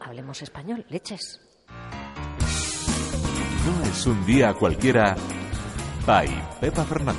Hablemos español, leches. No es un día cualquiera. Bye, Pepa Fernández.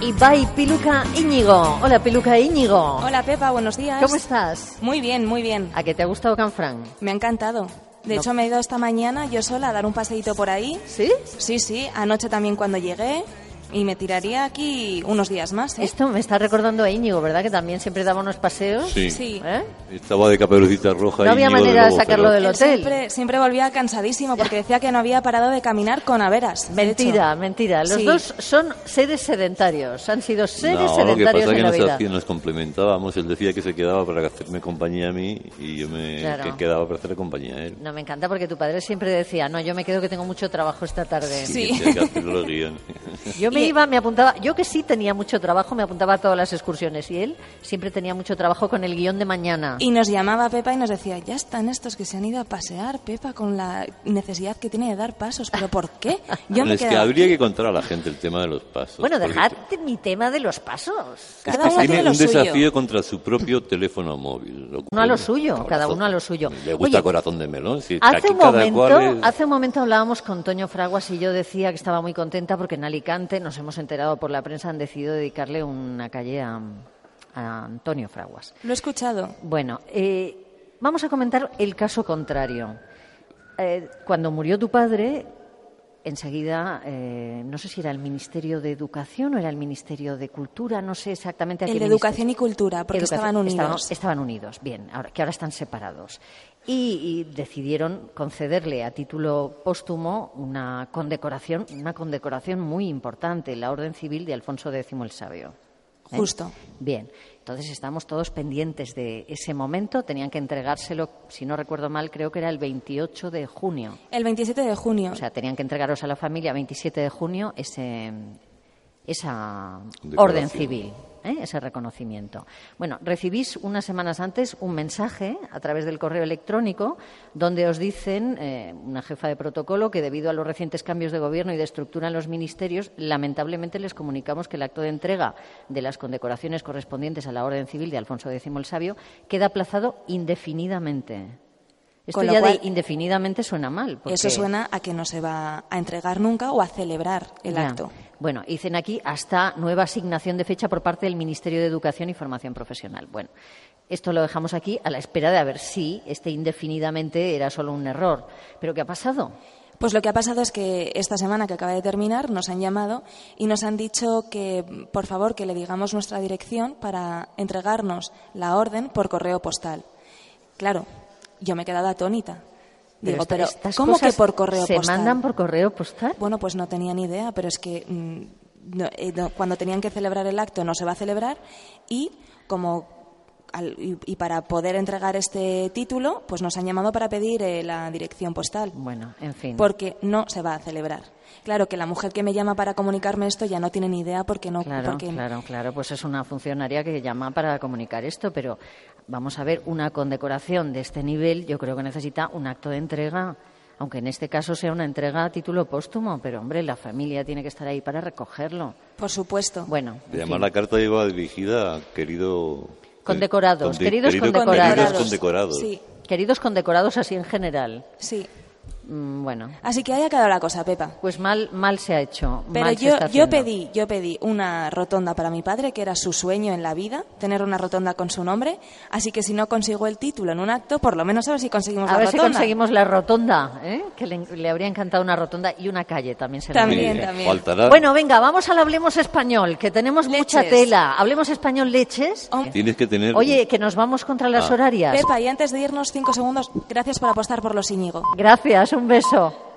Y bye, Piluca Íñigo. Hola, Piluca Íñigo. Hola Pepa, buenos días. ¿Cómo estás? Muy bien, muy bien. ¿A que te ha gustado Canfranc? Me ha encantado. De No. hecho, me he ido esta mañana yo sola a dar un paseíto por ahí. ¿Sí? Sí, sí, anoche también cuando llegué y me tiraría aquí unos días más. ¿eh? Esto me está recordando a Íñigo, ¿verdad? Que también siempre daba unos paseos. Sí. Sí. ¿Eh? Estaba de caperucita roja. No había Íñigo manera de lobo sacarlo feroz. del Él hotel. Siempre, siempre volvía cansadísimo porque decía que no había parado de caminar con averas. de Mentira, hecho. mentira. Los Sí. dos son seres sedentarios. Han sido seres No, lo que sedentarios pasa es que en la nos, vida. hacía- nos complementábamos. Él decía que se quedaba para hacerme compañía a mí y yo me Claro. que quedaba para hacerle compañía a él. No, me encanta porque tu padre siempre decía, no, yo me quedo que tengo mucho trabajo esta tarde. Sí. Y tenía que hacer los guiones. Yo me Y- iba, me apuntaba, yo que sí tenía mucho trabajo, me apuntaba a todas las excursiones y él siempre tenía mucho trabajo con el guión de mañana. Y nos llamaba Pepa y nos decía, ya están estos que se han ido a pasear, Pepa, con la necesidad que tiene de dar pasos. ¿Pero por qué? Yo me es que quedaba, habría que contar a la gente el tema de los pasos. bueno, porque dejad mi tema de los pasos. Cada uno tiene tiene lo un suyo. desafío contra su propio teléfono móvil. lo Uno a lo cual- suyo, Corazón. cada uno a lo suyo. Le gusta Oye, corazón de melón. si Hace aquí un, cada cual momento, es- hace un momento hablábamos con Toño Fraguas y yo decía que estaba muy contenta porque en Alicante, nos hemos enterado por la prensa, han decidido dedicarle una calle a, a Antonio Fraguas. Lo he escuchado. Bueno, eh, vamos a comentar el caso contrario. Eh, cuando murió tu padre, enseguida, eh, no sé si era el Ministerio de Educación o era el Ministerio de Cultura, no sé exactamente. a El qué de ministerio. Educación y Cultura, porque estaban unidos. Estaban, estaban unidos, bien, ahora, que ahora están separados. Y, y decidieron concederle a título póstumo una condecoración, una condecoración muy importante, la Orden Civil de Alfonso X el Sabio. ¿Eh? Justo. Bien, entonces estamos todos pendientes de ese momento. Tenían que entregárselo, si no recuerdo mal, creo que era el 28 de junio. El 27 de junio. O sea, tenían que entregaros a la familia 27 de junio ese, esa Decoración. orden civil, ¿eh? ese reconocimiento. Bueno, recibís unas semanas antes un mensaje a través del correo electrónico donde os dicen, eh, una jefa de protocolo, que debido a los recientes cambios de gobierno y de estructura en los ministerios, lamentablemente les comunicamos que el acto de entrega de las condecoraciones correspondientes a la orden civil de Alfonso X el Sabio queda aplazado indefinidamente. Esto Con lo ya cual- de indefinidamente suena mal. porque- Eso suena a que no se va a entregar nunca o a celebrar el Ya. acto. Bueno, dicen aquí hasta nueva asignación de fecha por parte del Ministerio de Educación y Formación Profesional. Bueno, esto lo dejamos aquí a la espera de a ver si este indefinidamente era solo un error. ¿Pero qué ha pasado? Pues lo que ha pasado es que esta semana que acaba de terminar nos han llamado y nos han dicho que, por favor, que le digamos nuestra dirección para entregarnos la orden por correo postal. Claro, yo me he quedado atónita. Digo, esta- pero, estas ¿cómo que cosas por correo se postal? mandan por correo postal? Bueno, pues no tenía ni idea, pero es que mm, no, eh, no, cuando tenían que celebrar el acto no se va a celebrar y como al- y, y para poder entregar este título, pues nos han llamado para pedir eh, la dirección postal Bueno, en fin. porque no se va a celebrar. Claro que la mujer que me llama para comunicarme esto ya no tiene ni idea porque no Claro, porque claro, claro. Pues es una funcionaria que llama para comunicar esto, pero vamos a ver, una condecoración de este nivel yo creo que necesita un acto de entrega, aunque en este caso sea una entrega a título póstumo, pero hombre, la familia tiene que estar ahí para recogerlerlo. por supuesto. Bueno, en Además, fin. la carta iba dirigida a querido... Condecorados, conde- queridos querido- condecorados. queridos condecorados. Sí, queridos condecorados así en general. sí. Mm, Bueno, Así que ahí ha quedado la cosa, Pepa. pues mal, mal se ha hecho. Pero mal se yo, está yo haciendo. pedí, yo pedí una rotonda para mi padre, que era su sueño en la vida, tener una rotonda con su nombre. Así que si no consigo el título en un acto, por lo menos a ver si conseguimos A la ver si rotonda. conseguimos la rotonda, ¿eh? que le, le habría encantado una rotonda y una calle también. Se la También. merece. Sí, también. Faltará. Bueno, venga, vamos al Hablemos Español, que tenemos mucha Leches. Oh. tela. Hablemos Español Leches. Hom- Tienes que tener... Oye, que nos vamos contra las Ah. horarias. Pepa, y antes de irnos cinco segundos, gracias por apostar por los Íñigo. Gracias, un beso.